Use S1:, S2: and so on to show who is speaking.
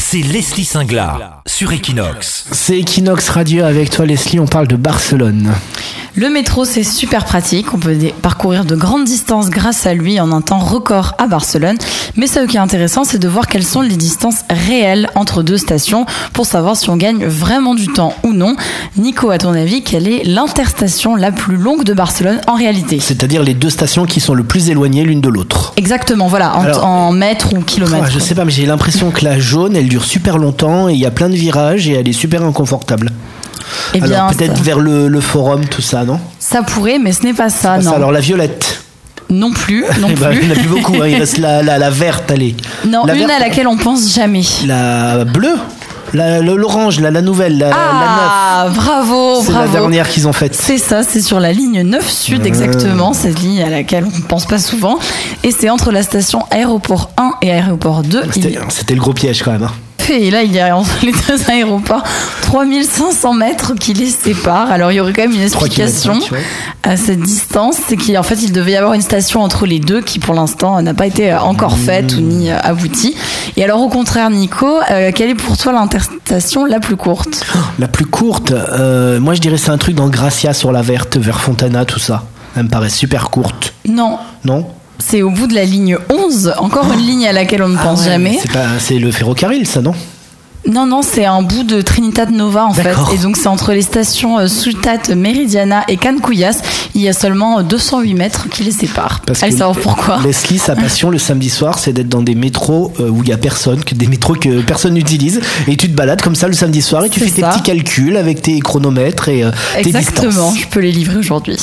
S1: c'est Leslie Singlar sur Equinox.
S2: C'est Equinox Radio avec toi Leslie, on parle de Barcelone.
S3: Le métro, c'est super pratique. On peut dé- parcourir de grandes distances grâce à lui en un temps record à Barcelone. Mais ce qui est intéressant, c'est de voir quelles sont les distances réelles entre deux stations pour savoir si on gagne vraiment du temps ou non. Nico, à ton avis, quelle est l'interstation la plus longue de Barcelone en réalité
S2: C'est-à-dire les deux stations qui sont le plus éloignées l'une de l'autre.
S3: Exactement, voilà, en,
S2: Alors-
S3: en mètres ou
S2: Ah,
S3: kilomètres.
S2: je sais pas, mais j'ai l'impression que la jaune, elle dure super longtemps et il y a plein de virages et elle est super inconfortable.
S3: Eh bien,
S2: alors peut-être
S3: ça,
S2: vers le, le forum, tout ça, non
S3: ça pourrait, mais ce n'est pas ça,
S2: Parce-
S3: non.
S2: Alors la violette.
S3: Non plus, non
S2: Eh ben, il
S3: plus.
S2: n'y en a plus beaucoup, hein, il reste la, la, la verte, allez.
S3: Non,
S2: la
S3: une
S2: verte- Euh,
S3: à laquelle on pense jamais.
S2: La bleue La- le- L'orange, la, la nouvelle, la, la
S3: ah, bravo,
S2: neuf. C'est la
S3: bravo.
S2: dernière qu'ils ont faite.
S3: C'est ça, c'est sur la ligne 9
S2: Euh.
S3: Sud exactement, cette ligne à laquelle on ne pense pas souvent. Et c'est entre la station Aéroport 1 et Aéroport 2.
S2: C'était c'était le gros piège quand même. hein.
S3: Il- Et là, il y a entre les deux aéroports 3500 mètres qui les séparent. Alors, il y aurait quand même une
S2: Trois
S3: explication
S2: kilomètres, ouais.
S3: à cette distance. C'est qu'en fait, il devait y avoir une station entre les deux qui, pour l'instant, n'a pas été euh, encore
S2: Hmm.
S3: faite ou ni euh, aboutie. Et alors, au contraire, Nico, euh, quelle est pour toi l'interstation la plus courte
S2: La plus courte, euh, moi je dirais c'est un truc dans Gracia sur la verte, vers Fontana, tout ça. Elle me paraît super courte,
S3: Non,
S2: non
S3: C'est au bout de la ligne 11, encore une ligne à laquelle on ne pense
S2: Ah ouais, mais
S3: jamais.
S2: C'est pas- c'est le ferrocarril, ça, non
S3: Non, non, c'est un bout de Trinidad Nova en fait.
S2: D'accord.
S3: Et donc c'est entre les stations euh, Sultat, Meridiana et Cancuyas. Il y a seulement euh, 208 mètres qui les séparent. Allez
S2: que
S3: savoir pourquoi.
S2: Leslie, sa passion le samedi soir, c'est d'être dans des métros euh, où il y a personne, que des métros que personne n'utilise, et tu te balades comme ça le samedi soir et tu
S3: C'est
S2: fais tes
S3: ça.
S2: petits calculs avec tes chronomètres et euh, tes distances.
S3: Exactement, je peux les livrer aujourd'hui.